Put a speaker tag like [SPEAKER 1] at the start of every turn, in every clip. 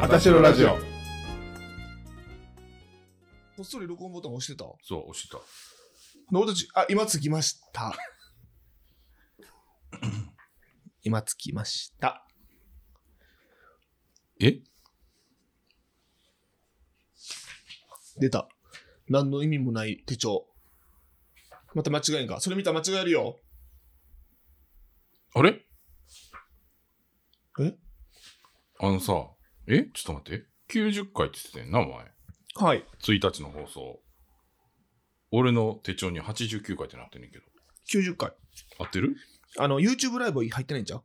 [SPEAKER 1] あたしろラジオ。
[SPEAKER 2] こっそり録音ボタン押してたで
[SPEAKER 1] そう、押した。
[SPEAKER 2] 俺たち、あ、今つきま した。今つきました。
[SPEAKER 1] え
[SPEAKER 2] 出た。何の意味もない手帳。また間違えんか。それ見たら間違えるよ。
[SPEAKER 1] あれ
[SPEAKER 2] え
[SPEAKER 1] あのさ、えちょっと待って。90回って言ってたよな、お前。
[SPEAKER 2] はい。
[SPEAKER 1] 1日の放送。俺の手帳に89回ってなってんねんけど。
[SPEAKER 2] 90回。
[SPEAKER 1] 合ってる
[SPEAKER 2] あの、YouTube ライブ入ってないんちゃう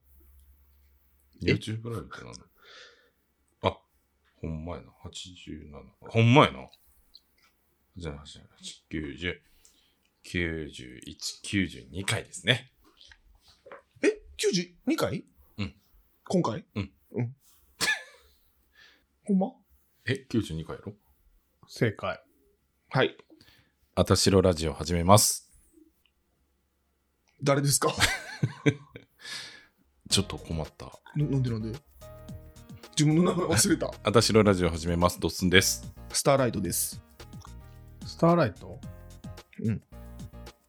[SPEAKER 1] ?YouTube ライブってなんだあ、ほんまやな。87。ほんまやな。じゃあ、90、91、92回ですね。
[SPEAKER 2] え ?92 回
[SPEAKER 1] うん。
[SPEAKER 2] 今回
[SPEAKER 1] うん。
[SPEAKER 2] うん。 ほんま
[SPEAKER 1] え、92回やろ
[SPEAKER 2] 正解。はい。
[SPEAKER 1] あたしろラジオ始めます。
[SPEAKER 2] 誰ですか
[SPEAKER 1] ちょっと困った。
[SPEAKER 2] ななんでなんで自分の名前忘れた。
[SPEAKER 1] あたしろラジオ始めます。ドッスンです。
[SPEAKER 2] スターライトです。
[SPEAKER 3] スターライト
[SPEAKER 2] うん。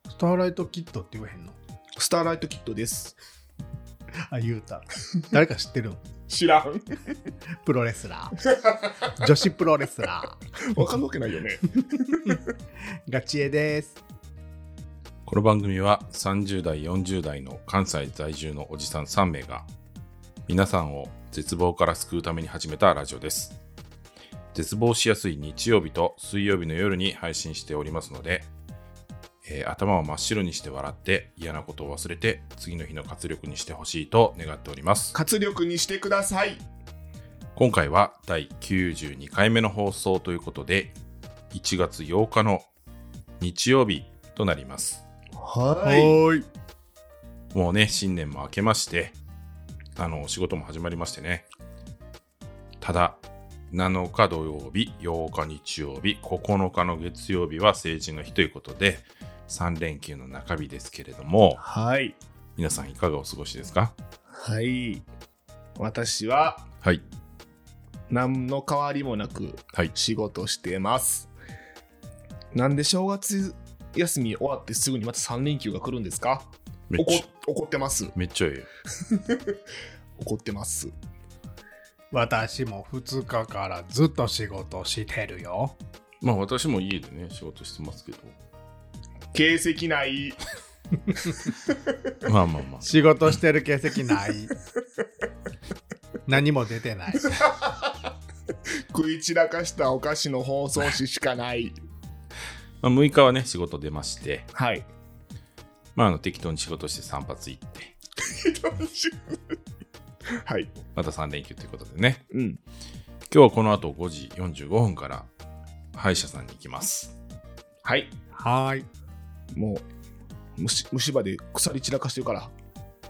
[SPEAKER 3] スターライトキットって言わへんの
[SPEAKER 2] スターライトキットです。
[SPEAKER 3] あ、言うた。誰か知ってるの
[SPEAKER 2] 知らん。
[SPEAKER 3] プロレスラー。女子プロレスラ
[SPEAKER 2] わかんわけないよ ね。
[SPEAKER 3] ー。ガチエです。
[SPEAKER 1] この番組は30代、40代の関西在住のおじさん3名が皆さんを絶望から救うために始めたラジオです。絶望しやすい日曜日と水曜日の夜に配信しておりますので、えー頭を真っ白にして笑って嫌なことを忘れて次の日の活力にしてほしいと願っております。
[SPEAKER 2] 活力にしてください。
[SPEAKER 1] 今回は第92回目の放送ということで1月8日の日曜日となります
[SPEAKER 2] は
[SPEAKER 3] ーい。
[SPEAKER 1] もうね新年も明けましてあの仕事も始まりましてねただ7日土曜日8日日曜日9日の月曜日は成人の日ということで3連休の中日ですけれども
[SPEAKER 2] はい。
[SPEAKER 1] 皆さんいかがお過ごしですか
[SPEAKER 2] はい。私は
[SPEAKER 1] はい
[SPEAKER 2] 何の変わりもなく
[SPEAKER 1] はい
[SPEAKER 2] 仕事してます。なんで正月休み終わってすぐにまた3連休が来るんですか
[SPEAKER 1] めっ
[SPEAKER 2] 怒
[SPEAKER 1] ちゃ
[SPEAKER 2] 怒ってます。
[SPEAKER 1] めっちゃええ
[SPEAKER 2] 怒ってます。
[SPEAKER 3] 私も2日からずっと仕事してるよ。
[SPEAKER 1] まあ私も家でね仕事してますけ
[SPEAKER 2] 形跡ない。
[SPEAKER 1] どまあまあまあ
[SPEAKER 3] 仕事してる形跡ない。何も出てない。
[SPEAKER 2] 食い散らかしたお菓子の包装紙しかない。
[SPEAKER 1] まあ、6日はね、仕事出まして、
[SPEAKER 2] はい。
[SPEAKER 1] まあ、あの適当に仕事して散髪行って、
[SPEAKER 2] はい。
[SPEAKER 1] また3連休ということでね、
[SPEAKER 2] うん。
[SPEAKER 1] 今日はこの後5時45分から歯医者さんに行きます。
[SPEAKER 2] はい。
[SPEAKER 3] はーい。
[SPEAKER 2] もう虫虫歯で鎖散らかしてるから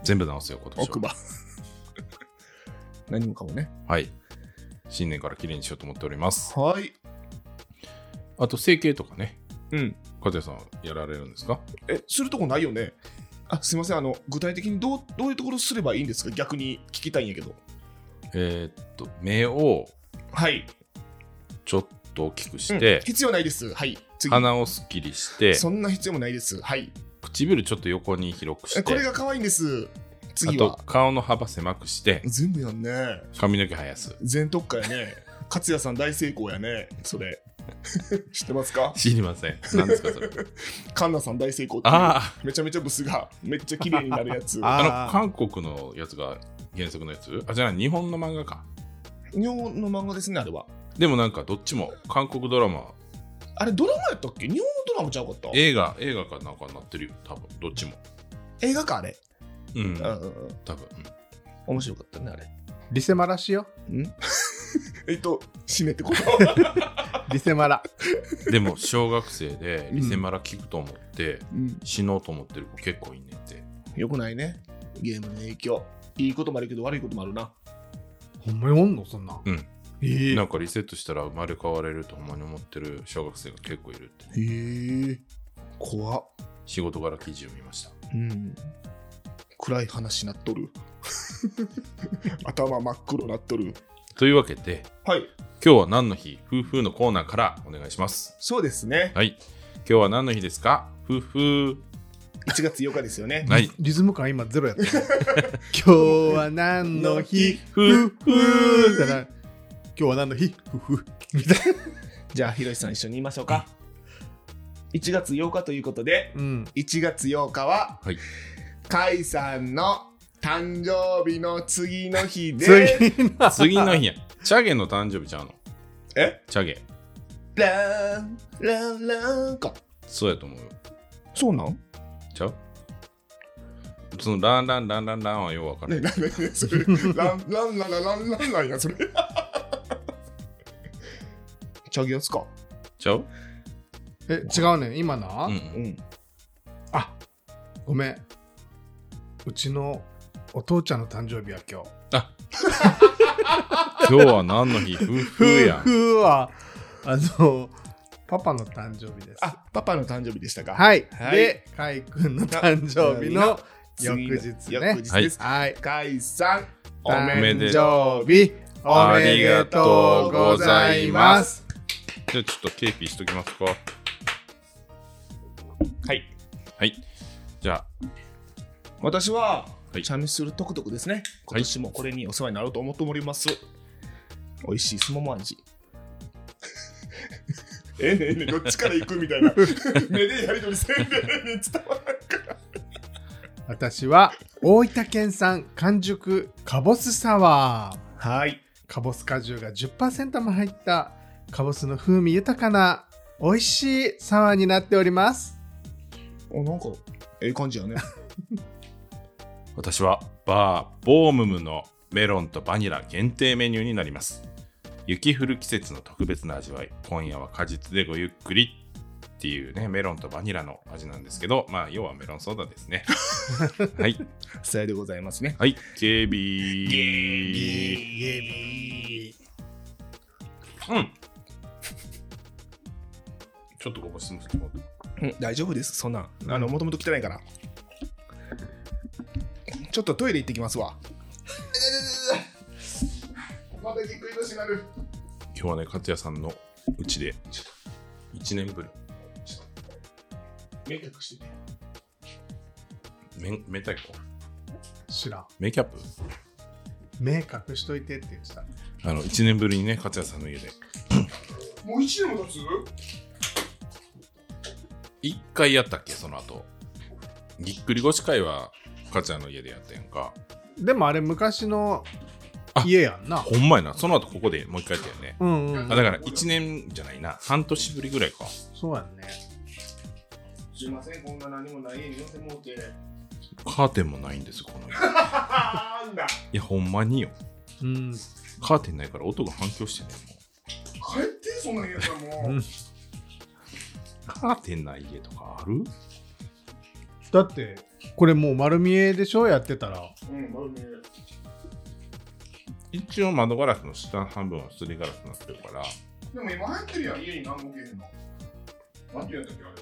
[SPEAKER 1] 全部直すよ、今年
[SPEAKER 2] 奥
[SPEAKER 1] は。
[SPEAKER 2] 歯 何もかもね
[SPEAKER 1] はい。新年から綺麗にしようと思っております。
[SPEAKER 2] はい
[SPEAKER 1] あと、整形とかね、
[SPEAKER 2] うん
[SPEAKER 1] 加藤さん、やられるんですか
[SPEAKER 2] えするとこないよねあすいませんあの具体的にどうどういうところすればいいんですか逆に聞きたいんやけど
[SPEAKER 1] えーっと、目を
[SPEAKER 2] はい、
[SPEAKER 1] ちょっと大きく
[SPEAKER 2] うん
[SPEAKER 1] して、
[SPEAKER 2] 必要ないですはい次
[SPEAKER 1] 鼻をすっきりして、
[SPEAKER 2] そんな必要もないですはい
[SPEAKER 1] 唇ちょっと横に広くして、
[SPEAKER 2] えこれが可愛いんです
[SPEAKER 1] あ
[SPEAKER 2] 次
[SPEAKER 1] と
[SPEAKER 2] は
[SPEAKER 1] 顔の幅狭くして、
[SPEAKER 2] 全部やんね
[SPEAKER 1] 髪の毛生やす。
[SPEAKER 2] 全特化やね勝也さん大成功やねそれ 知ってますか
[SPEAKER 1] 知りません。何ですか、 それ。
[SPEAKER 2] カンナさん大成功っていう
[SPEAKER 1] ああ
[SPEAKER 2] めちゃめちゃブスがめっちゃ綺麗になるやつ
[SPEAKER 1] あの
[SPEAKER 3] あ
[SPEAKER 1] 韓国のやつが原作のやつあじゃあ日本の漫画か
[SPEAKER 2] 日本の漫画ですねあれは
[SPEAKER 1] でもなんかどっちも韓国ドラマ
[SPEAKER 2] あれドラマやったっけ日本のドラマちゃうかった
[SPEAKER 1] 映画映画かなんかになってるよ多分どっちも
[SPEAKER 2] 映画かあれ
[SPEAKER 1] うん、
[SPEAKER 2] うんうんうん
[SPEAKER 1] 多分、うん
[SPEAKER 2] 面白かったねあれ
[SPEAKER 3] ーリセマラしよ
[SPEAKER 2] んえっと死ねってこと
[SPEAKER 3] う。リセマラ。
[SPEAKER 1] でも小学生でリセマラ聞くと思って、
[SPEAKER 2] うん
[SPEAKER 1] 死のうと思ってる子結構いんねんって
[SPEAKER 2] よくないねゲームの影響いいこともあるけど悪いこともあるな
[SPEAKER 3] ほんまにおんのそんなん。
[SPEAKER 1] うん
[SPEAKER 3] えー
[SPEAKER 1] なんかリセットしたら生まれ変われるとほんまに思ってる小学生が結構いるって
[SPEAKER 2] へえ怖っ
[SPEAKER 1] 仕事柄記事を見ました
[SPEAKER 2] うん 暗い話なっとる頭真っ黒なっとる
[SPEAKER 1] というわけで、
[SPEAKER 2] はい。
[SPEAKER 1] 今日は何の日夫婦のコーナーからお願いします。
[SPEAKER 2] そうですね。
[SPEAKER 1] はい。今日は何の日ですか夫婦。
[SPEAKER 2] 1月8日ですよね。
[SPEAKER 1] はい。
[SPEAKER 3] リズム感今ゼロやった今日は何の日
[SPEAKER 1] 夫婦。
[SPEAKER 3] ふだから今日は何の日ふふみたいな
[SPEAKER 2] じゃあ、ひろしさん一緒に言いましょうか。1月8日ということで、
[SPEAKER 3] うん
[SPEAKER 2] 1月8日は、
[SPEAKER 1] はい。
[SPEAKER 2] カイさんの誕生日の次の日で、
[SPEAKER 3] 次の
[SPEAKER 1] 次の日や。チャゲの誕生日ちゃうの
[SPEAKER 2] え
[SPEAKER 1] チャゲ。
[SPEAKER 2] ラン、ラン、ランか。
[SPEAKER 1] そうやと思うよ。
[SPEAKER 2] そうなん
[SPEAKER 1] ちゃうそのランランランランランはようわから
[SPEAKER 2] ね、
[SPEAKER 1] ない。
[SPEAKER 2] ランランそれランランランランランランランやそれ。チャギアスか。
[SPEAKER 1] ちゃう
[SPEAKER 3] え違うねん今な、
[SPEAKER 1] うんう。
[SPEAKER 2] うんん。
[SPEAKER 3] あごめんうちのお父ちゃんの誕生日は今日
[SPEAKER 1] 今日は何の日夫婦や ん。
[SPEAKER 3] ふはあのパパの誕生日です
[SPEAKER 2] あ、パパの誕生日でしたか。
[SPEAKER 3] はい、
[SPEAKER 2] はい
[SPEAKER 3] でかいくんの誕生日の翌
[SPEAKER 2] 次の
[SPEAKER 3] 日ね
[SPEAKER 2] 翌日です。
[SPEAKER 3] はい
[SPEAKER 2] カイさん、
[SPEAKER 1] おめでとう。
[SPEAKER 3] 誕生日おめでとうございます
[SPEAKER 1] じゃあちょっとケーキしときますか。
[SPEAKER 2] はい。
[SPEAKER 1] はい。じゃあ、
[SPEAKER 2] 私は、
[SPEAKER 1] はい
[SPEAKER 2] チャミスルトクトクですね。今年もこれにお世話になろうと思っております。美味しいすもも味。ええねんええねんどっちから行くみたいな。目でやりとりせんでええねん伝わらんから。
[SPEAKER 3] 私は大分県産完熟かぼすサワー
[SPEAKER 2] はい。
[SPEAKER 3] かぼす果汁が10%も入ったかぼすの風味豊かな美味しいサワーになっております
[SPEAKER 2] お、なんか、ええ感じや ね。
[SPEAKER 1] 私はバーボームムのメロンとバニラ限定メニューになります。雪降る季節の特別な味わい。今夜は果実でごゆっくりっていうね、メロンとバニラの味なんですけど、まあ、要はメロンソーダです ね。はい。
[SPEAKER 2] さよでございますね。
[SPEAKER 1] はい。警備。うん。ちょっとここ質問してもらって
[SPEAKER 2] うん、大丈夫です、そんなん。あの、もともと汚いから。ちょっとトイレ行ってきますわ。 またぎっくり腰になる。
[SPEAKER 1] 今日はね、勝也さんのうちで1年ぶり。
[SPEAKER 2] 目隠してて。
[SPEAKER 1] めん明太子
[SPEAKER 3] 知らん
[SPEAKER 1] メイキャップ
[SPEAKER 3] 目隠しといてって言ってた
[SPEAKER 1] あの、1年ぶりにね、勝也さんの家で。
[SPEAKER 2] もう1年も経つ
[SPEAKER 1] 1回やったっけ、その後。ぎっくり腰会は、勝也の家でやったやんか。
[SPEAKER 3] でもあれ昔の
[SPEAKER 1] あ
[SPEAKER 3] 家やんな
[SPEAKER 1] ほんまやな。その後ここでもう一回やったよね。
[SPEAKER 3] うんう
[SPEAKER 1] あ
[SPEAKER 3] ん
[SPEAKER 1] だから1年じゃないな。半年ぶりぐらいか。
[SPEAKER 3] そうやんね
[SPEAKER 2] すいません、こんな何もない家に寄せもうて。
[SPEAKER 1] カーテンもないんです、この 家。い
[SPEAKER 2] あんだ。
[SPEAKER 1] や、ほんまによ。
[SPEAKER 3] うん
[SPEAKER 1] カーテンないから音が反響してね。も
[SPEAKER 2] 帰って、そんなんやったらも
[SPEAKER 3] うん
[SPEAKER 1] うカーテンない家とかある
[SPEAKER 3] だってこれもう丸見えでしょやってたら
[SPEAKER 2] うん、まね。
[SPEAKER 1] 一応窓ガラスの下半分はすりガラスになってるから。
[SPEAKER 2] でも今入ってるやん、家に何も置けへんの。何てやったっけあれ。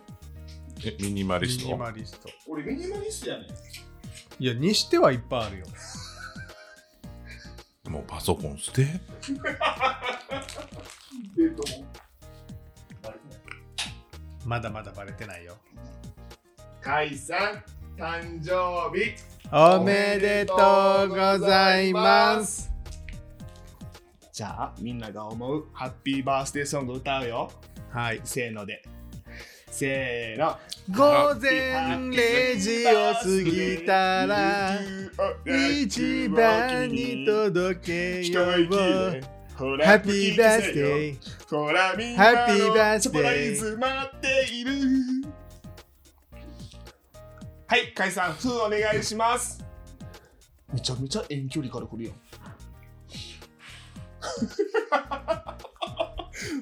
[SPEAKER 1] え、ミニマリ
[SPEAKER 3] ミ
[SPEAKER 1] ス
[SPEAKER 3] ニ
[SPEAKER 1] ト
[SPEAKER 3] マリスト
[SPEAKER 2] 俺ミニマリストやねん。
[SPEAKER 3] いやにしてはいっぱいあるよ
[SPEAKER 1] もうパソコン捨て。
[SPEAKER 2] ベッドも。バレてない
[SPEAKER 3] まだまだバレてないよ
[SPEAKER 2] カイさん、誕生日。
[SPEAKER 3] おめでとうございます
[SPEAKER 2] じゃあ、みんなが思うハッピーバースデーソング歌うよ。
[SPEAKER 3] はい
[SPEAKER 2] せーので。せー の。
[SPEAKER 3] 午前0時を過ぎたら一番に届け
[SPEAKER 2] 一
[SPEAKER 3] よ
[SPEAKER 2] 息
[SPEAKER 3] う
[SPEAKER 2] でほら
[SPEAKER 3] ハッピーバースデー
[SPEAKER 2] ほらみん
[SPEAKER 3] ハ
[SPEAKER 2] な
[SPEAKER 3] ッピーバー
[SPEAKER 2] の
[SPEAKER 3] ス
[SPEAKER 2] チ
[SPEAKER 3] デ
[SPEAKER 2] ョコ
[SPEAKER 3] ー
[SPEAKER 2] ライズ待っているはい、カイさん、フーお願いしますめちゃめちゃ遠距離から来るよ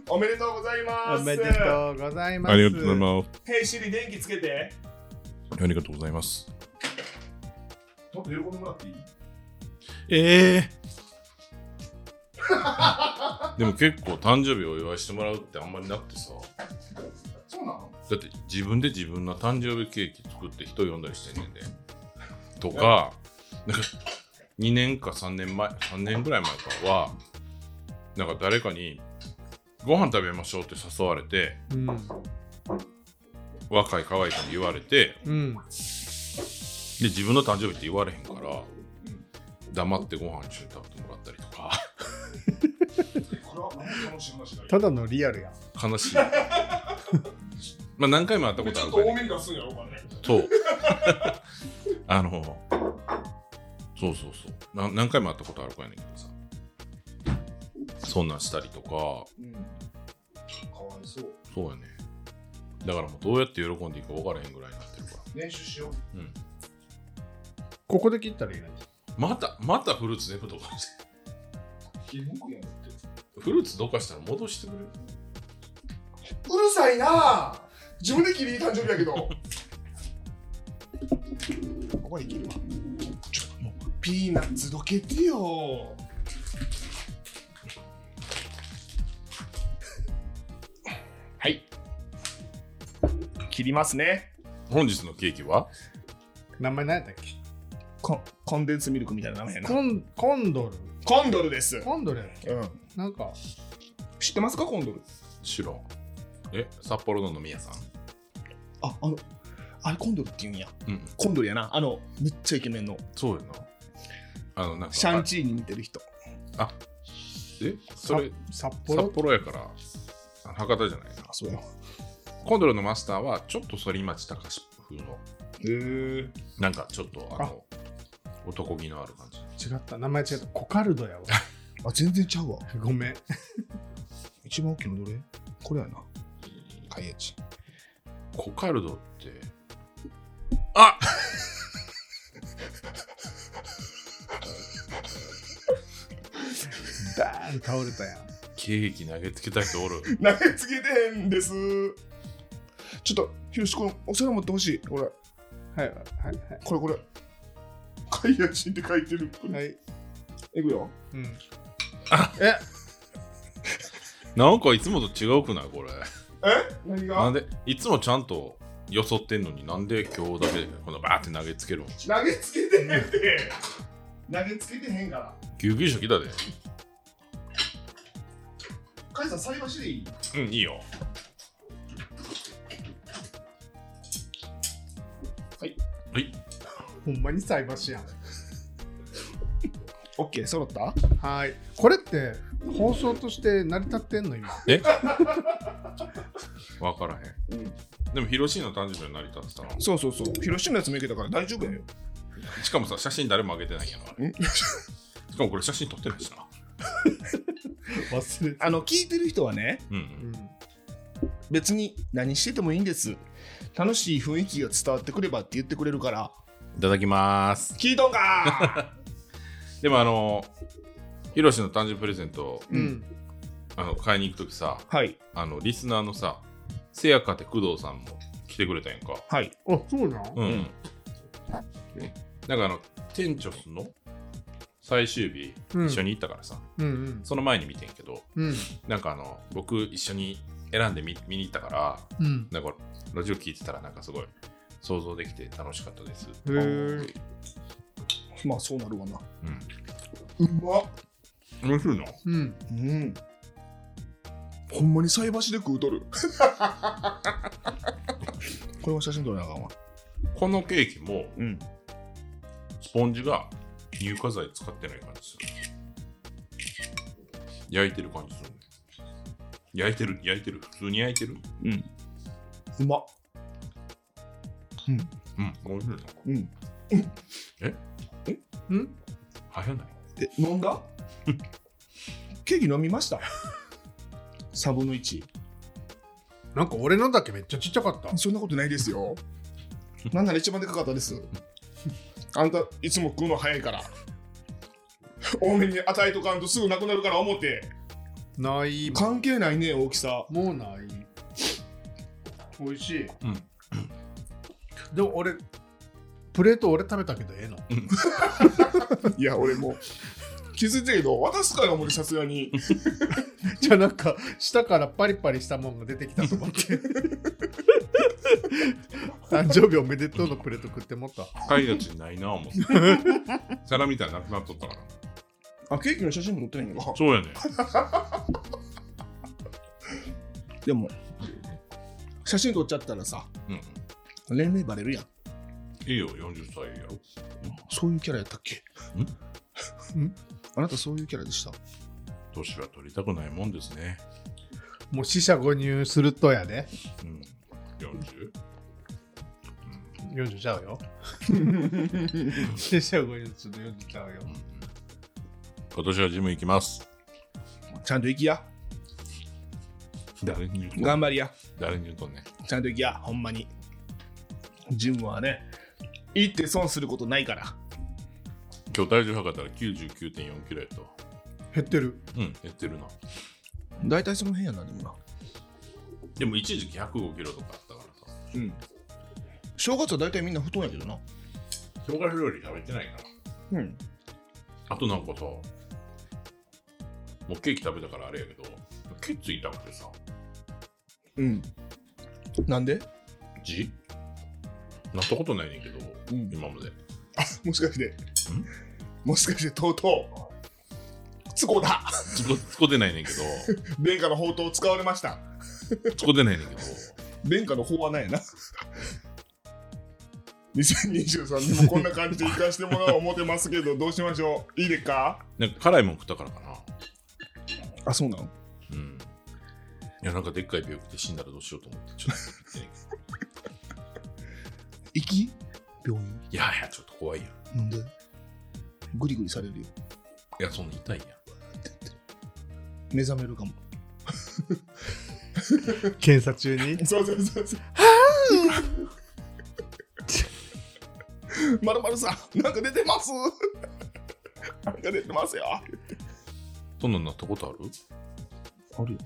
[SPEAKER 2] おめでとうございます
[SPEAKER 3] おめでとうございます
[SPEAKER 1] ありがとうございます。
[SPEAKER 2] ヘイシリ電気つけて
[SPEAKER 1] ありがとうございます。
[SPEAKER 2] ちょっと喜んでもらっていい
[SPEAKER 1] ええでも結構誕生日お祝いしてもらうってあんまりなくてさだ
[SPEAKER 2] そうなの
[SPEAKER 1] って自分で自分の誕生日ケーキ作って人呼んだりしてんねんでとかなんか2年か3年前3年ぐらい前かはなんか誰かにご飯食べましょうって誘われて
[SPEAKER 3] うん
[SPEAKER 1] 若い可愛い子に言われて
[SPEAKER 3] うん
[SPEAKER 1] で自分の誕生日って言われへんから黙ってご飯一緒に食べてもらったりとか
[SPEAKER 2] これは楽しい話だ
[SPEAKER 3] ただのリアルやん
[SPEAKER 1] 悲 しいまあ何回も会ったこと
[SPEAKER 2] ち
[SPEAKER 1] あ
[SPEAKER 2] ょ
[SPEAKER 1] る
[SPEAKER 2] っと
[SPEAKER 1] から
[SPEAKER 2] 多めに出すんやろ、お前ね。
[SPEAKER 1] そう あのそうそうそうな何回も会ったことある子やねんけどさそんなんしたりとか
[SPEAKER 2] うん。かわいそう。
[SPEAKER 1] そうやねだからもうどうやって喜んでいいか分からへんぐらいになってるから
[SPEAKER 2] 練習しよう。
[SPEAKER 3] ここで切ったらいいのに
[SPEAKER 1] またまたフルーツ全部どかして
[SPEAKER 2] キモくやんって。
[SPEAKER 1] フルーツどかしたら戻してくれる
[SPEAKER 2] うるさいなあ自分で切りいい誕生日やけどここで切るわちょっともうピーナッツどけてよはい切りますね
[SPEAKER 1] 本日のケーキは
[SPEAKER 3] 名前何やったっけ
[SPEAKER 2] コンコンデンスミルクみたいな名前やな
[SPEAKER 3] コンコンドル
[SPEAKER 2] コンドルです、
[SPEAKER 3] コンドルやっけ
[SPEAKER 2] うん、
[SPEAKER 3] なんか
[SPEAKER 2] 知ってますかコンドル
[SPEAKER 1] 白え札幌の飲み屋さん
[SPEAKER 2] ああのあれコンドルって言うんや
[SPEAKER 1] うん
[SPEAKER 2] コンドルやなあのめっちゃイケメンの
[SPEAKER 1] そうやなあのなんか
[SPEAKER 2] シャンチーに似てる人
[SPEAKER 1] えそれ
[SPEAKER 3] 札幌
[SPEAKER 1] 札幌やからあ博多じゃないな
[SPEAKER 2] あそうやへ
[SPEAKER 1] コンドルのマスターはちょっと反町隆史風の
[SPEAKER 2] え
[SPEAKER 1] なんかちょっとあの男気のある感じ
[SPEAKER 3] 違った名前違ったコカルドやわ
[SPEAKER 2] あ全然ちゃうわ
[SPEAKER 3] ごめん
[SPEAKER 2] 一番大きいのどれこれやな海英チ
[SPEAKER 1] コカルドってあ
[SPEAKER 3] ダーン倒れたやん
[SPEAKER 1] ケーキ投げつけた人おる
[SPEAKER 2] 投げつけてへんですちょっとひろし君お皿持ってほしいこれ
[SPEAKER 3] はいはい
[SPEAKER 2] これこれ海英チって書いてるこ
[SPEAKER 3] は
[SPEAKER 2] れ
[SPEAKER 3] いはい
[SPEAKER 2] いくよ
[SPEAKER 3] うん
[SPEAKER 1] なんかいつもと違うくないこれ
[SPEAKER 2] 何
[SPEAKER 1] なん
[SPEAKER 2] が
[SPEAKER 1] でいつもちゃんとよそってんのになんで今日だけこのバーって投げつけるの
[SPEAKER 2] 投げつけてへんって投げつけてへんから
[SPEAKER 1] 救急車来たで
[SPEAKER 2] カイさん菜箸でいい
[SPEAKER 1] うんいいよ
[SPEAKER 2] はい
[SPEAKER 1] はい
[SPEAKER 3] ほんまに菜箸やん
[SPEAKER 2] オッケー揃った
[SPEAKER 3] はいこれって放送として成り立ってんの今
[SPEAKER 1] 分からへん、
[SPEAKER 2] うん
[SPEAKER 1] でも広島の誕生日に成り立ってたな
[SPEAKER 2] そうそうそうひろしのやつもいけたから大丈夫やよ
[SPEAKER 1] しかもさ写真誰も上げてないんやろあれ しかもこれ写真撮ってないしな
[SPEAKER 3] 忘れた
[SPEAKER 2] あの聞いてる人はね
[SPEAKER 1] うんう
[SPEAKER 3] うんん
[SPEAKER 2] 別に何しててもいいんです楽しい雰囲気が伝わってくればって言ってくれるから
[SPEAKER 1] いただきます
[SPEAKER 2] 聞いとんか
[SPEAKER 1] でもあの広島の誕生日プレゼント
[SPEAKER 3] う
[SPEAKER 2] うんん、
[SPEAKER 1] あの買いに行く時さ
[SPEAKER 2] はい
[SPEAKER 1] あのリスナーのさせやかて工藤さんも来てくれたやんか
[SPEAKER 2] はい
[SPEAKER 3] あそうなん、
[SPEAKER 1] うん、
[SPEAKER 2] うん
[SPEAKER 1] なんかあの店長の最終日、
[SPEAKER 3] うん
[SPEAKER 1] 一緒に行ったからさ
[SPEAKER 3] うんうん
[SPEAKER 1] その前に見てんけど
[SPEAKER 3] うん
[SPEAKER 1] なんかあの僕一緒に選んで見見に行ったから
[SPEAKER 3] うん
[SPEAKER 1] なんかラジオ聞いてたらなんかすごい想像できて楽しかったです、
[SPEAKER 3] へー
[SPEAKER 2] まあそうなるわな
[SPEAKER 1] うん
[SPEAKER 2] うまっ
[SPEAKER 1] 美味しいの
[SPEAKER 3] うん
[SPEAKER 2] うんほんまに菜箸で食う とるこれは写真撮らなあかんわ
[SPEAKER 1] このケーキも
[SPEAKER 2] うん
[SPEAKER 1] スポンジが乳化剤使ってない感じする焼いてる感じするね焼いてる焼いてる普通に焼いてる
[SPEAKER 2] うんうまっ
[SPEAKER 1] うん美味しいな
[SPEAKER 2] うん
[SPEAKER 3] うん
[SPEAKER 1] 早ない
[SPEAKER 2] え飲んだケーキ飲みま したサブの1
[SPEAKER 3] なんか俺のだけめっちゃちっちゃかった
[SPEAKER 2] そんなことないですよなんなら一番でかかったですあんたいつも食うの早いから多めに与えとかんとすぐなくなるから思って
[SPEAKER 3] ないもん
[SPEAKER 2] 関係ないね大きさ
[SPEAKER 3] もうない美味しい、
[SPEAKER 1] ん
[SPEAKER 3] でも俺プレート俺食べたけどええの
[SPEAKER 2] いや俺もう気づいたけど渡すからもうさすがに
[SPEAKER 3] じゃあなんか下からパリパリしたもんが出てきたと思って誕生日おめでとうのプレート食ってもった
[SPEAKER 1] 海外にないな思って皿みたいななくなっとったから
[SPEAKER 2] あ、ケーキの写真も撮ってないのか。
[SPEAKER 1] そうやね。
[SPEAKER 2] でも、写真撮っちゃったらさ、
[SPEAKER 1] うん。
[SPEAKER 2] 年齢バレるやん。
[SPEAKER 1] いいよ、40歳やろ。
[SPEAKER 2] そういうキャラやったっけ
[SPEAKER 3] んん
[SPEAKER 2] あなたそういうキャラでした。
[SPEAKER 1] 年は取りたくないもんですね。
[SPEAKER 3] もう死者誤入するとやで。
[SPEAKER 1] うん。40?
[SPEAKER 3] 40ちゃうよ。死者誤入すると40ちゃうよ。
[SPEAKER 1] 今年はジム行きます。
[SPEAKER 2] ちゃんと行きや。
[SPEAKER 1] 誰に言うとん
[SPEAKER 2] 頑張りや。
[SPEAKER 1] 誰に言うとんねん。
[SPEAKER 2] ちゃんと行きや。ほんまに。ジムはね、行って損することないから。
[SPEAKER 1] 今日体重測ったら99.4キロやと。
[SPEAKER 3] 減ってる。
[SPEAKER 1] うん、減ってるな。
[SPEAKER 2] 大体その辺やな、でもな。
[SPEAKER 1] でも一時期105キロとかあったからさ。
[SPEAKER 2] うん。正月は大体みんな布団やけどな。
[SPEAKER 1] 生姜料理食べてないから。
[SPEAKER 2] うん。
[SPEAKER 1] あとなんかさ、もうケーキ食べたからあれやけど、ケツ痛くてさ、
[SPEAKER 2] うん。なんで
[SPEAKER 1] 字なったことないねんけど、
[SPEAKER 2] うん
[SPEAKER 1] 今まで。
[SPEAKER 2] もしかして、もしかしてとうとう、つこだ
[SPEAKER 1] つこ、つこ出ないねんけ
[SPEAKER 2] 殿下の宝刀使われました。
[SPEAKER 1] ど、つこ出ないねんけど、
[SPEAKER 2] 殿下の法はないやな。2023年もこんな感じで行かしてもらおう思ってますけど、どうしましょういいでっか
[SPEAKER 1] なんか辛いもん食ったからかな。
[SPEAKER 2] あ、そうなの
[SPEAKER 1] うん。いや、なんかでっかい病気で死んだらどうしようと思って、ちょっと言ってねんけ
[SPEAKER 2] 行き病院
[SPEAKER 1] ど。いやいや、ちょっと怖いやん。い
[SPEAKER 2] なんでグリグリされるよ。
[SPEAKER 1] や、そんな痛いやん。
[SPEAKER 2] 目覚めるかも。
[SPEAKER 3] 検査中に。
[SPEAKER 2] そうそうそうそう。 まるまるさん、なんか出てます。 なんか出てますよ。
[SPEAKER 1] そんなんなったことある
[SPEAKER 2] あるよ。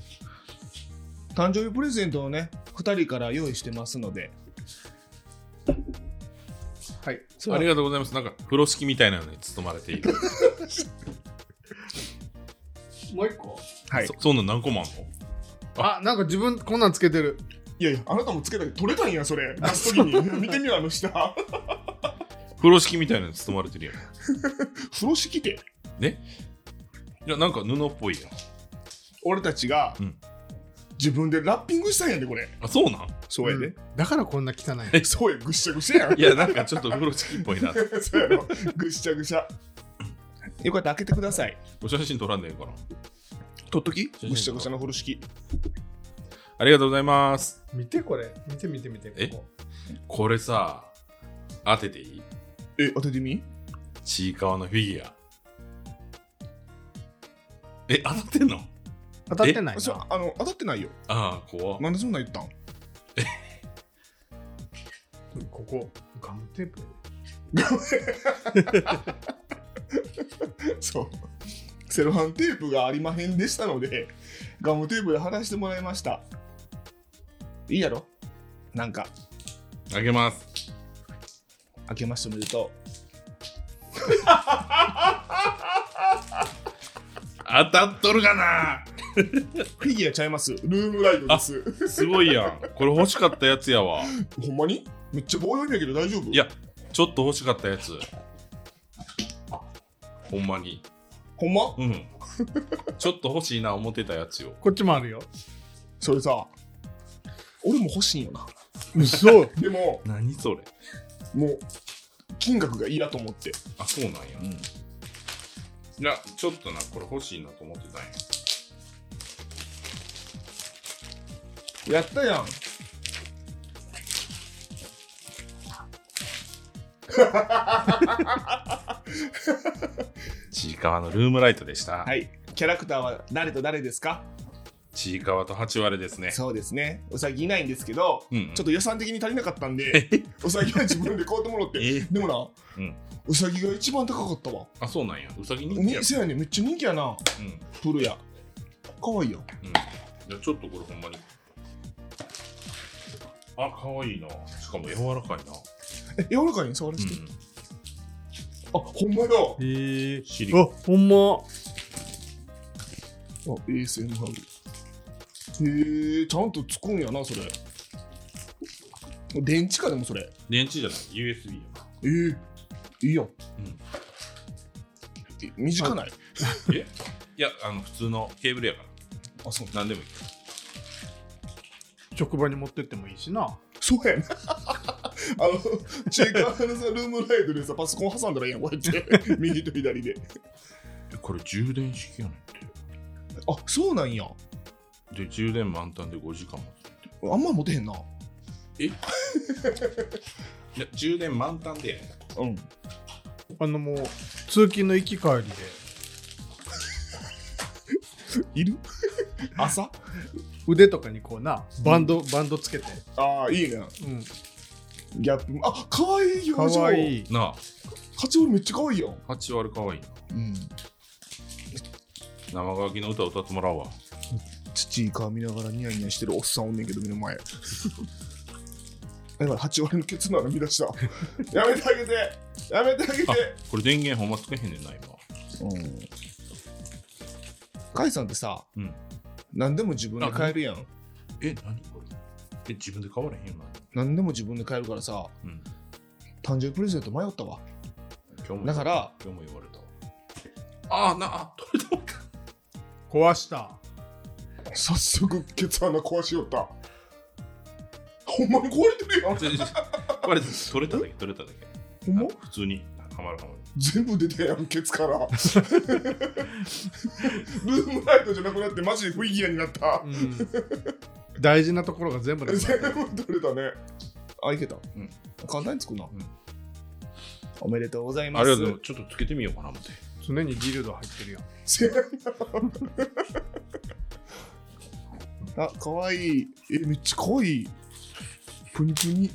[SPEAKER 2] 誕生日プレゼントをね、二人から用意してますので。はい。そ
[SPEAKER 1] あり
[SPEAKER 2] れは
[SPEAKER 1] がとうございます。なんか、風呂敷みたいなのに包まれている。
[SPEAKER 3] もう一個
[SPEAKER 2] はい
[SPEAKER 1] そ。そんなん何個もあんの
[SPEAKER 3] あ、なんか自分こんなんつけてる。
[SPEAKER 2] いやいや、あなたもつけたけど、取れたんや、それ。出すときに。見てみろ、あの下。
[SPEAKER 1] 風呂敷みたいなのに包まれてるやん。
[SPEAKER 2] 風呂敷て。
[SPEAKER 1] ねいや、なんか布っぽいやん。
[SPEAKER 2] 俺たちが、
[SPEAKER 1] うん
[SPEAKER 2] 自分でラッピングしたんやで、これ。
[SPEAKER 1] あ、そうなん
[SPEAKER 2] そうやで。
[SPEAKER 3] うんだからこんな汚いの。
[SPEAKER 2] そうや、ぐっしゃぐしゃやん
[SPEAKER 1] い。や、なんかちょっと風呂敷っぽい な。
[SPEAKER 2] そうやろ。ぐっしゃぐしゃ。よかったら開けてください。
[SPEAKER 1] お写真撮らんでいいかな。
[SPEAKER 2] とっとき
[SPEAKER 1] 写真
[SPEAKER 2] ぐっしゃぐしゃの風呂敷。
[SPEAKER 1] ありがとうございます。
[SPEAKER 3] 見てこれ。見て見て見て。
[SPEAKER 1] え
[SPEAKER 3] ここ
[SPEAKER 1] これさ、当てていい
[SPEAKER 2] え、当ててみ
[SPEAKER 1] ちいかわのフィギュア。え、当たってんの
[SPEAKER 3] 当たってない
[SPEAKER 2] そう
[SPEAKER 3] な。
[SPEAKER 2] あの、当たってないよ。
[SPEAKER 1] ああ、怖っ
[SPEAKER 2] なんでそんなん言ったん
[SPEAKER 3] ここ。ガムテープ
[SPEAKER 2] そう。セロハンテープがありまへんでしたので、ガムテープで貼らしてもらいました。いいやろなんか、
[SPEAKER 1] あげます。
[SPEAKER 2] 開けましておめでと
[SPEAKER 1] 当たっとるがな
[SPEAKER 2] う。フィギュアちゃいます。ルームライトです。
[SPEAKER 1] すごいやん。これ欲しかったやつやわ。
[SPEAKER 2] ほんまにめっちゃ棒読みやけど大丈夫
[SPEAKER 1] いや、ちょっと欲しかったやつ。ほんまに。
[SPEAKER 2] ほんま
[SPEAKER 1] うん。ちょっと欲しいな思ってたやつよ。
[SPEAKER 3] こっちもあるよ。
[SPEAKER 2] それさ、俺も欲しいんよな。
[SPEAKER 3] 嘘
[SPEAKER 2] でも、
[SPEAKER 1] 何それ
[SPEAKER 2] もう、金額がいいなと思って。
[SPEAKER 1] あ、そうなんや。いや、ちょっとな、これ欲しいなと思ってたんや。
[SPEAKER 2] やったやん。
[SPEAKER 1] ちいかわのルームライトでした。
[SPEAKER 2] はい。キャラクターは誰と誰ですか
[SPEAKER 1] ちいかわと8割ですね。
[SPEAKER 2] そうですね。うさぎいないんですけど、
[SPEAKER 1] うんうん
[SPEAKER 2] ちょっと予算的に足りなかったんで、うさぎは自分で買うてもらって。
[SPEAKER 1] え
[SPEAKER 2] でもな、
[SPEAKER 1] うん
[SPEAKER 2] うさぎが一番高かったわ。
[SPEAKER 1] あ、そうなんや。うさぎ人気や。
[SPEAKER 2] ね、せやね、めっちゃ人気やな、
[SPEAKER 1] うん。うん。
[SPEAKER 2] プールや。かわいいよ。
[SPEAKER 1] じゃあちょっとこれほんまに。あ、かわいいな。しかも柔らかいな。
[SPEAKER 2] え、柔らかいね、触らせて。
[SPEAKER 1] うん
[SPEAKER 2] あ、ほんまだ。あ
[SPEAKER 3] えー。
[SPEAKER 1] シリ
[SPEAKER 3] あ、ほんま。、
[SPEAKER 2] ASM ハウル。へえー、ちゃんとつくんやな、それ。電池か、でもそれ。
[SPEAKER 1] 電池じゃない。USB やな。
[SPEAKER 2] えー、いいやん。って短ない
[SPEAKER 1] えいやあの普通のケーブルやから
[SPEAKER 2] あそう
[SPEAKER 1] 何でもいい
[SPEAKER 3] 職場に持ってってもいいしな
[SPEAKER 2] そうやな あのチェイカーのさルームライトでさパソコン挟んだらいいやんこうやって 右と左で
[SPEAKER 1] えこれ充電式やねんっ
[SPEAKER 2] あそうなんや
[SPEAKER 1] てで充電満タンで5時間も
[SPEAKER 2] あんま持てへんない
[SPEAKER 1] や充電満タンでやね
[SPEAKER 2] うん
[SPEAKER 3] あのもう通勤の行き帰りで
[SPEAKER 2] いる 朝
[SPEAKER 3] 腕とかにこうなバンド、バンドつけて、
[SPEAKER 2] ああいいね
[SPEAKER 3] うん、
[SPEAKER 2] ギャップあ可愛い
[SPEAKER 3] か
[SPEAKER 2] 表情
[SPEAKER 3] わいい
[SPEAKER 1] な
[SPEAKER 2] カチオールめっちゃ可愛いやん
[SPEAKER 1] あ8割かわいいな
[SPEAKER 2] うん
[SPEAKER 1] 生乾きの歌歌ってもらうわ
[SPEAKER 2] 父い顔見ながらニヤニヤしてるおっさんおんねんけど目の前 やばい8割のケツの穴見出したやめてあげてやめてあげて
[SPEAKER 1] あこれ電源ほんまつけへんねんな今
[SPEAKER 2] うん甲斐さんってさ、
[SPEAKER 1] うん
[SPEAKER 2] 何でも自分で買えるやん
[SPEAKER 1] え何これえ自分で買われへんの
[SPEAKER 2] 何でも自分で買えるからさ
[SPEAKER 1] うん
[SPEAKER 2] 誕生日プレゼント迷ったわ
[SPEAKER 1] 今日も
[SPEAKER 2] だから
[SPEAKER 1] 今日も言われたああなあ取れたのか
[SPEAKER 3] 壊した
[SPEAKER 2] 早速ケツ穴壊しよったほんまに壊れてるやん
[SPEAKER 1] 全然これ取れただけ取れただけ
[SPEAKER 2] ほんま
[SPEAKER 1] 普通にはまるはまる
[SPEAKER 2] 全部出てやんケツから ルームライトじゃなくなってマジでフィギュアになった
[SPEAKER 3] うん大事なところが全部なくな
[SPEAKER 2] 全
[SPEAKER 3] った
[SPEAKER 2] 部取れたねあいけた、
[SPEAKER 1] ん
[SPEAKER 2] 簡単につくな、
[SPEAKER 1] ん
[SPEAKER 2] おめでとうござい
[SPEAKER 1] ありがとうございますちょっとつけてみようかな思って
[SPEAKER 3] 常にギルド入ってるやん
[SPEAKER 2] せやなあ、かわいい。え、めっちゃかわいい。ぷにぷに。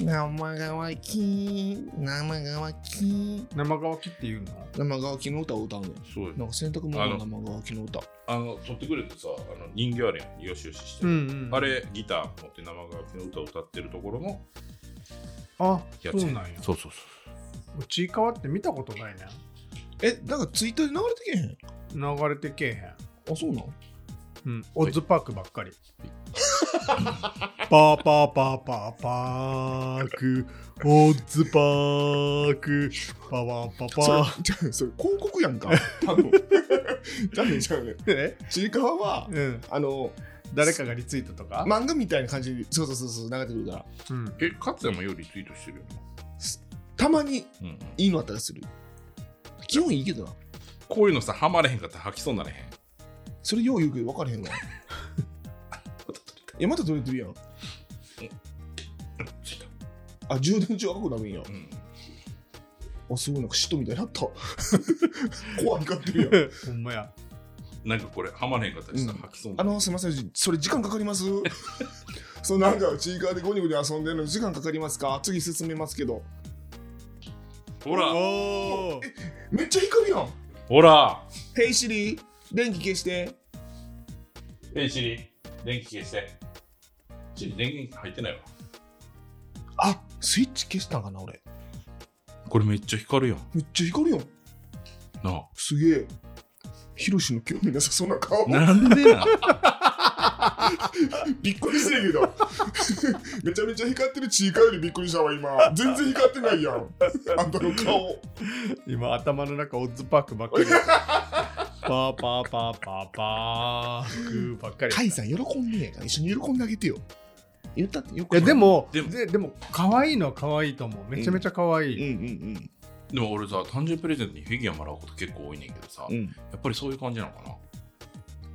[SPEAKER 2] 生乾き、生乾き。
[SPEAKER 3] 生乾きっていうの
[SPEAKER 2] 生乾きの歌を歌うねん。
[SPEAKER 1] そう
[SPEAKER 2] なんか洗濯物の生乾きの歌。
[SPEAKER 1] あの取ってくれてさあの人形あれやんよしよししてる、
[SPEAKER 3] ん
[SPEAKER 1] あれギター持って生乾きの歌を歌ってるところの
[SPEAKER 3] あ
[SPEAKER 1] や
[SPEAKER 3] そ
[SPEAKER 1] つ
[SPEAKER 3] うなんや
[SPEAKER 1] そうそうそう
[SPEAKER 3] うちいかわって見たことないね
[SPEAKER 2] え、なんかツイッターで流れてけへ
[SPEAKER 3] 流れてけえ
[SPEAKER 2] ん。あ、そうなん
[SPEAKER 3] へん、うん、オッズパークばっかりパーパーパーパーパークオッズパークパワーパパー
[SPEAKER 2] それ、じゃあそれ広告やんか。多 分。多分じゃあね。
[SPEAKER 3] え
[SPEAKER 2] ちいかわは、
[SPEAKER 3] うん
[SPEAKER 2] あの、
[SPEAKER 3] 誰かがリツイートとか、
[SPEAKER 2] 漫画みたいな感じに、そうそうそうそう、流れてくるから。
[SPEAKER 3] うん、
[SPEAKER 1] え勝山よりツイートしてるよ
[SPEAKER 2] たまに
[SPEAKER 1] な、うん、
[SPEAKER 2] いいのあったりする。基本いいけどな。
[SPEAKER 1] こういうのさハマれへんかったら吐きそうになれへん
[SPEAKER 2] それよう言うけど分からへん わ。いや、また取れてるやん。
[SPEAKER 1] ついた
[SPEAKER 2] あ、充電中赤くなるんや。
[SPEAKER 1] うん
[SPEAKER 2] あ、すごい、なんか嫉妬みたいに なった。怖いかってるやん。
[SPEAKER 3] ほんまや
[SPEAKER 1] なんかこれハマれへんかったらさ、
[SPEAKER 2] うん
[SPEAKER 1] 吐きそうにな
[SPEAKER 2] あ
[SPEAKER 1] る
[SPEAKER 2] の、すみません、それ時間かかります そう、なんか、チーカーでゴニゴニ遊んでるのに時間かかりますか次進めますけど。
[SPEAKER 1] ほら
[SPEAKER 3] おー
[SPEAKER 2] めっちゃ光るやん。
[SPEAKER 1] ほら
[SPEAKER 2] ヘイシリ、電気消して。
[SPEAKER 1] えシリ電気消してシリ電源入ってないわ
[SPEAKER 2] あ、スイッチ消したんかな、俺。
[SPEAKER 1] これめっちゃ光るやん
[SPEAKER 2] めっちゃ光るやん。
[SPEAKER 1] なあ
[SPEAKER 2] すげえ。ヒロシの興味なさそうな顔。
[SPEAKER 1] なんでな
[SPEAKER 2] びっくりしてるけど めちゃめちゃ光ってるチーカーよりびっくりしたわ今全然光ってないやん あんたの顔
[SPEAKER 3] 今頭の中オッズパークばっかりパーパーパーパーパークばっかり
[SPEAKER 2] カイさん喜んでんやから一緒に喜んであげてよ言ったってよ
[SPEAKER 3] いやでも
[SPEAKER 1] で
[SPEAKER 3] で
[SPEAKER 1] も
[SPEAKER 3] でも可愛いのは可愛いと思うめちゃめちゃ可愛
[SPEAKER 2] うんう
[SPEAKER 3] い、
[SPEAKER 2] ん
[SPEAKER 1] でも俺さ誕生日プレゼントにフィギュアもらうこと結構多いねんけどさ、
[SPEAKER 2] うんう
[SPEAKER 1] や
[SPEAKER 2] ん
[SPEAKER 1] っぱりそういう感じなのかな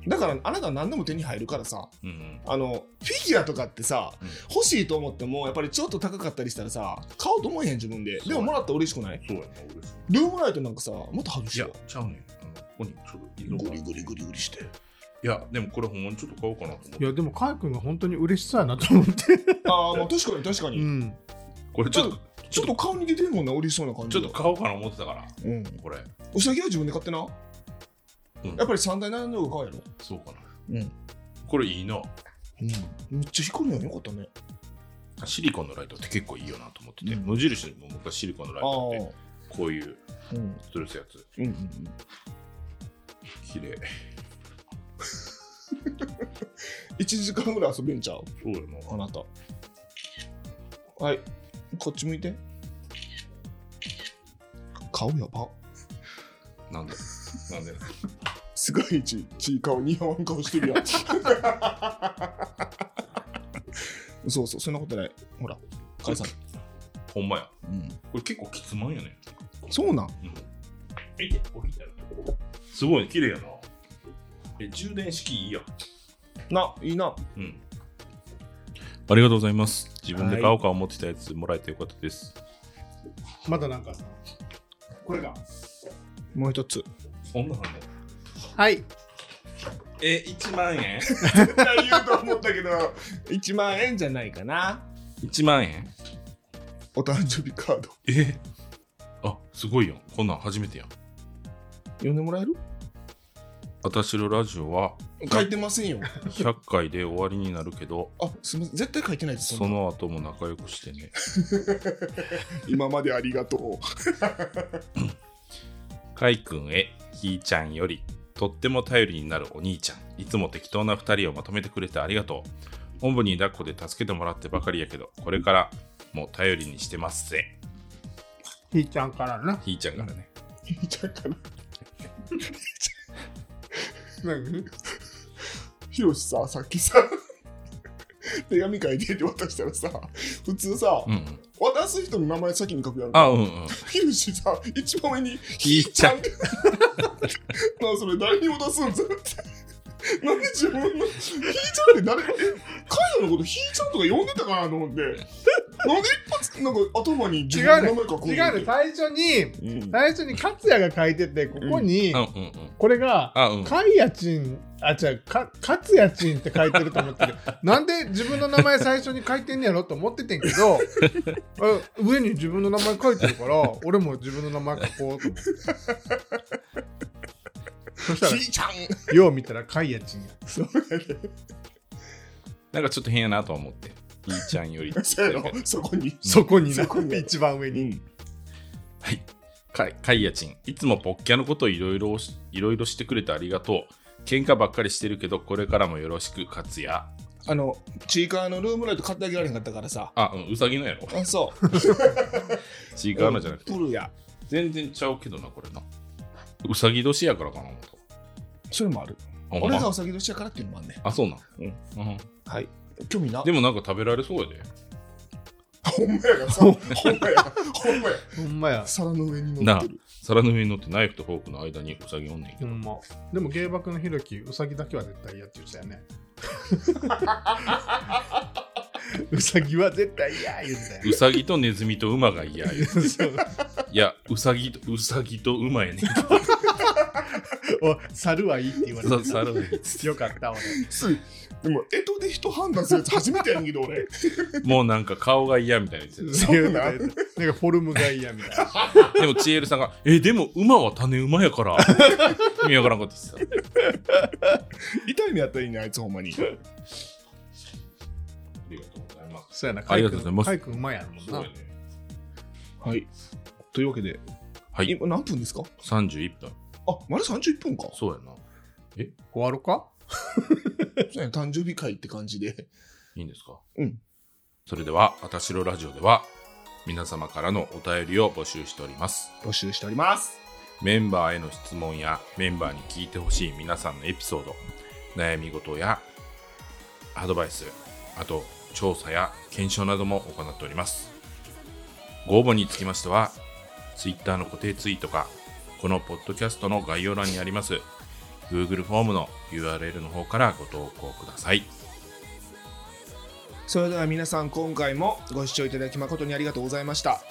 [SPEAKER 2] だからあなたは何でも手に入るからさ
[SPEAKER 1] うんうん
[SPEAKER 2] あのフィギュアとかってさ、
[SPEAKER 1] うん
[SPEAKER 2] 欲しいと思ってもやっぱりちょっと高かったりしたらさ買おうと思えへん自分ででももらったら嬉しくない
[SPEAKER 1] そうやな俺さ
[SPEAKER 2] ルームライトなんかさまた外し
[SPEAKER 1] いや
[SPEAKER 2] よう、
[SPEAKER 1] ちゃうねん。あのここにちょっと移動
[SPEAKER 2] グ
[SPEAKER 1] が
[SPEAKER 2] リグリグリグリして
[SPEAKER 1] いや、でもこれほんまにちょっと買おうかなと思っ
[SPEAKER 3] い
[SPEAKER 1] て。
[SPEAKER 3] やでもカイ君が本当に嬉しそうやなと思って、
[SPEAKER 2] ああまあ確かに確か
[SPEAKER 3] う
[SPEAKER 2] に、
[SPEAKER 3] ん、
[SPEAKER 1] これちょっと、
[SPEAKER 2] ちょっと顔に出てるもんな嬉しそうな感
[SPEAKER 1] ち
[SPEAKER 2] じ
[SPEAKER 1] ょっ
[SPEAKER 2] が
[SPEAKER 1] と買おうかな思ってたから、
[SPEAKER 2] うん
[SPEAKER 1] これ。
[SPEAKER 2] うさぎは自分で買ってな、
[SPEAKER 1] うん
[SPEAKER 2] やっぱり三大悩んだ方が買うやろ
[SPEAKER 1] そうかな。
[SPEAKER 2] うん、
[SPEAKER 1] これいいな。
[SPEAKER 2] うん、めっちゃ光るやんよかったね
[SPEAKER 1] シリコンのライトって結構いいよなと思ってて、
[SPEAKER 2] うん
[SPEAKER 1] 無印にも昔シリコンのライトって、こういう
[SPEAKER 2] うんうん
[SPEAKER 1] ストレスやつ、
[SPEAKER 2] うん
[SPEAKER 1] 綺麗
[SPEAKER 2] 1時間ぐらい遊べんちゃう
[SPEAKER 1] そうや
[SPEAKER 2] あなたはいこっち向いてか顔やば
[SPEAKER 1] なんでなんで
[SPEAKER 2] すごいちちい顔似合わん顔してるや んそうそうそんなことないほら解散、
[SPEAKER 1] ほんまや。
[SPEAKER 2] うん、
[SPEAKER 1] これ結構きつまんよね。
[SPEAKER 2] そうなん
[SPEAKER 1] うん。え、結構きたな。すごい、綺麗やな。え、充電式いいや。
[SPEAKER 2] ないいな
[SPEAKER 1] うん。ありがとうございます。自分で買おうか思ってたやつもらえてよかったです。
[SPEAKER 3] まだなんかさこれが
[SPEAKER 2] もう一つ
[SPEAKER 1] そんなの
[SPEAKER 3] はい
[SPEAKER 1] え、1万円
[SPEAKER 2] 絶対言うと思った けど1万円じゃないかな
[SPEAKER 1] ?1 万円
[SPEAKER 2] お誕生日カード
[SPEAKER 1] えあ、すごいよ。こんなん初めてやん。
[SPEAKER 2] 読んでもらえる
[SPEAKER 1] 私のラジオは
[SPEAKER 2] 書いてませんよ
[SPEAKER 1] 100回で終わりになるけど、
[SPEAKER 2] あすみません絶対書いてないです
[SPEAKER 1] その後も仲良くしてね。
[SPEAKER 2] 今までありがとう
[SPEAKER 1] かいくんへひーちゃんよりとっても頼りになるお兄ちゃんいつも適当な2人をまとめてくれてありがとうおんぶに抱っこで助けてもらってばかりやけどこれからもう頼りにしてますぜ
[SPEAKER 3] ひーちゃんからな
[SPEAKER 1] ひーちゃんからね
[SPEAKER 2] ひーちゃんから
[SPEAKER 3] 何
[SPEAKER 2] ひろしささっきさ手紙書いてって渡したらさ普通さ、
[SPEAKER 1] うんうん
[SPEAKER 2] 渡す人の名前先に書くやんか
[SPEAKER 1] あうんうん
[SPEAKER 2] ひろしさ一番上に
[SPEAKER 1] ひーちゃん
[SPEAKER 2] なあそれ誰に渡すん絶対なんで自分のひーちゃんって誰かえ海外のことひーちゃんとか呼んでたかなと思ってなんで一発なんか頭に自
[SPEAKER 3] 違
[SPEAKER 2] 分の名
[SPEAKER 3] う
[SPEAKER 2] 前
[SPEAKER 3] ね
[SPEAKER 2] 書く
[SPEAKER 3] 違うね最初に最初に勝也が書いててここに、
[SPEAKER 1] あうんうんうん
[SPEAKER 3] これが
[SPEAKER 1] あうん
[SPEAKER 3] かいやちんあ違うか勝也ちんって書いてると思 ってるなんで自分の名前最初に書いてんねやろと思っててん けどあ上に自分の名前書いてるから俺も自分の名前書こうと思ってそした
[SPEAKER 2] ひ
[SPEAKER 3] ら
[SPEAKER 2] ーちゃん
[SPEAKER 3] よう見たらかいやちんや
[SPEAKER 1] なんかちょっと変やなとは思ってひーちゃんより
[SPEAKER 2] そうやろそこに
[SPEAKER 3] そこにな
[SPEAKER 2] そこに
[SPEAKER 3] 一番上に
[SPEAKER 1] はい。かい、かいやちん。いつもポッキャのこといろいろ、いろいろしてくれてありがとう。喧嘩ばっかりしてるけど、これからもよろしく、勝也。
[SPEAKER 2] あのチーカーのルームライト買ってあげられへんかったからさ
[SPEAKER 1] あ、うん、うさぎのやろ。
[SPEAKER 2] あそう
[SPEAKER 1] 違うのじゃなくて。
[SPEAKER 2] プルや
[SPEAKER 1] 全然ちゃうけどな、これな。うさぎ年やからかな、思った
[SPEAKER 2] それもある
[SPEAKER 1] あほん
[SPEAKER 2] 俺が
[SPEAKER 1] ま
[SPEAKER 2] お酒年やからっていうのもあんね
[SPEAKER 1] あ、そうなん。
[SPEAKER 2] うん
[SPEAKER 1] うん
[SPEAKER 2] はい興味な
[SPEAKER 1] でもなんか食べられそうやで。
[SPEAKER 2] ほんまやがさほんまやほんまや
[SPEAKER 3] ほんまや
[SPEAKER 2] 皿の上に乗
[SPEAKER 1] な
[SPEAKER 2] っ
[SPEAKER 1] あ
[SPEAKER 2] てる、
[SPEAKER 1] 皿の上に乗ってナイフとフォークの間にうさぎおんねんけど。
[SPEAKER 3] ほんまでも芸爆のひろきうさぎだけは絶対嫌って言ってた よねうさぎは絶対嫌言ってたよ
[SPEAKER 1] うさぎとネズミと馬が嫌 や。い
[SPEAKER 3] そう
[SPEAKER 1] や、うさぎと、うさぎと馬 やねんけ
[SPEAKER 3] お猿はいいって言われ
[SPEAKER 1] ど。さ
[SPEAKER 3] た
[SPEAKER 1] 猿で
[SPEAKER 3] よかった俺
[SPEAKER 2] すでも江戸で人判断するやつ初めてやねんけど 俺
[SPEAKER 1] もうなんか顔が嫌みたいなやつやで
[SPEAKER 2] そうなん
[SPEAKER 3] なんかフォルムが嫌みたいな
[SPEAKER 1] でも、チエルさんが、え、でも、馬は種馬やから、意味わからんこと言ってた。
[SPEAKER 2] 痛い目やったらいいねあいつほんまに
[SPEAKER 1] ありがとうございます。
[SPEAKER 3] そうやな
[SPEAKER 1] ありがとうございます
[SPEAKER 3] カイ君うまいやもんな
[SPEAKER 1] ね。
[SPEAKER 2] はいというわけで、
[SPEAKER 1] はい
[SPEAKER 2] 今何分ですか
[SPEAKER 1] 31分。
[SPEAKER 2] あ丸31分か
[SPEAKER 1] そうやな。
[SPEAKER 3] 終わろか
[SPEAKER 2] そうやね誕生日会って感じで
[SPEAKER 1] いいんですか
[SPEAKER 2] うん。
[SPEAKER 1] それでは、あたしろラジオでは、皆様からのお便りを募集しております。
[SPEAKER 2] 募集しております
[SPEAKER 1] メンバーへの質問や、メンバーに聞いてほしい皆さんのエピソード、悩み事や、アドバイス、あと、調査や検証なども行っております。ご応募につきましては、Twitter の固定ツイートか、このポッドキャストの概要欄にあります、Google フォームの URL の方からご投稿ください。
[SPEAKER 2] それでは皆さん今回もご視聴いただき誠にありがとうございました。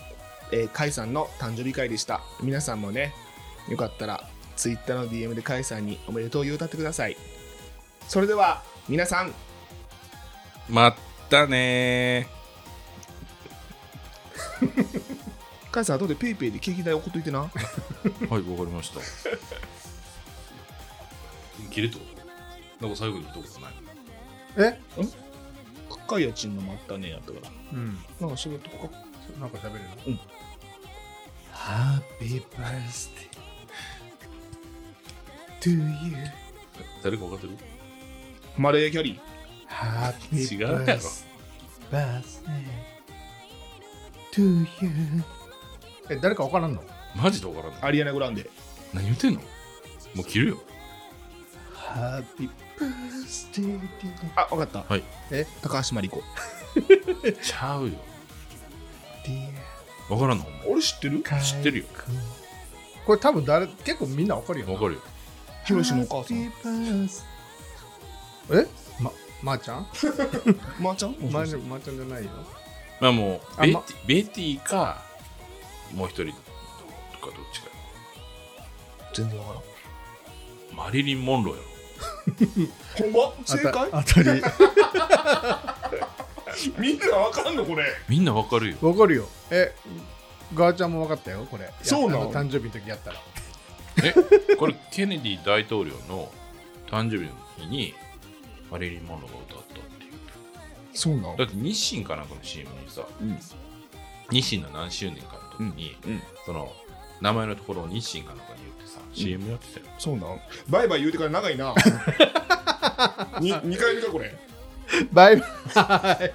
[SPEAKER 2] えー、カイさんの誕生日会でした。皆さんもね、よかったら Twitter の DM でカイさんにおめでとう言うたってください。それでは皆さん、
[SPEAKER 1] まったねー。
[SPEAKER 2] カイさん後で PayPay ペイペイで景気代送っといてな。
[SPEAKER 1] はい、わかりました。切れってことなんか最後に一言ない
[SPEAKER 3] え
[SPEAKER 2] カイヤチンのまったねやったから。
[SPEAKER 3] うん
[SPEAKER 2] なんか仕事か。
[SPEAKER 3] なんか喋れるの
[SPEAKER 2] ハッピーバースデー to you
[SPEAKER 1] 誰かわかってる
[SPEAKER 2] マレーキャリー。
[SPEAKER 3] ハッ
[SPEAKER 1] 違うやろ。
[SPEAKER 3] バースデー to you え誰かわからんの
[SPEAKER 1] マジでわからない。
[SPEAKER 2] アリアナ・グランデ
[SPEAKER 1] 何言ってんのもう切るよ。
[SPEAKER 3] ハッピーバースデーディ
[SPEAKER 2] あ分かった、
[SPEAKER 1] はい
[SPEAKER 2] え高橋真理子
[SPEAKER 1] ちゃうよ。
[SPEAKER 3] デ
[SPEAKER 1] わからんのほんまに
[SPEAKER 2] 俺知ってる
[SPEAKER 3] ィア
[SPEAKER 1] 知ってるよ
[SPEAKER 3] これ多分誰結構みんなわかるよな
[SPEAKER 1] わかるよ。
[SPEAKER 2] ヒロシのお母さん
[SPEAKER 3] ハッピーバースえままー、ちゃん
[SPEAKER 2] まーちゃん
[SPEAKER 3] まー、ちゃんまー、ちゃんじゃないよ
[SPEAKER 1] まあもう、
[SPEAKER 3] あ
[SPEAKER 1] ベ
[SPEAKER 3] ま
[SPEAKER 1] ッティベッティか、もう一人とかどっちか。
[SPEAKER 2] 全然分からん
[SPEAKER 1] マリリン・モンローやろ。
[SPEAKER 2] ほんま正解
[SPEAKER 3] あた当たり
[SPEAKER 2] みんなわかんのこれ
[SPEAKER 1] みんなわかるよ。
[SPEAKER 3] わかるよえガーちゃんもわかったよこれ
[SPEAKER 2] そうなの
[SPEAKER 3] やあ誕生日の時やったら
[SPEAKER 1] え、これ、ケネディ大統領の誕生日の日に、マリリン・モンローが歌ったっていう。
[SPEAKER 2] そうなの
[SPEAKER 1] だって日清かなんかの CM にさ、
[SPEAKER 2] うん
[SPEAKER 1] 日清の何周年かの時に、
[SPEAKER 2] うんうん
[SPEAKER 1] その名前のところを日清かなんかに言ってさ、CM やってたよ
[SPEAKER 2] そうなんバイバイ言うてから長 いなに2回目かこれ
[SPEAKER 3] バイバイ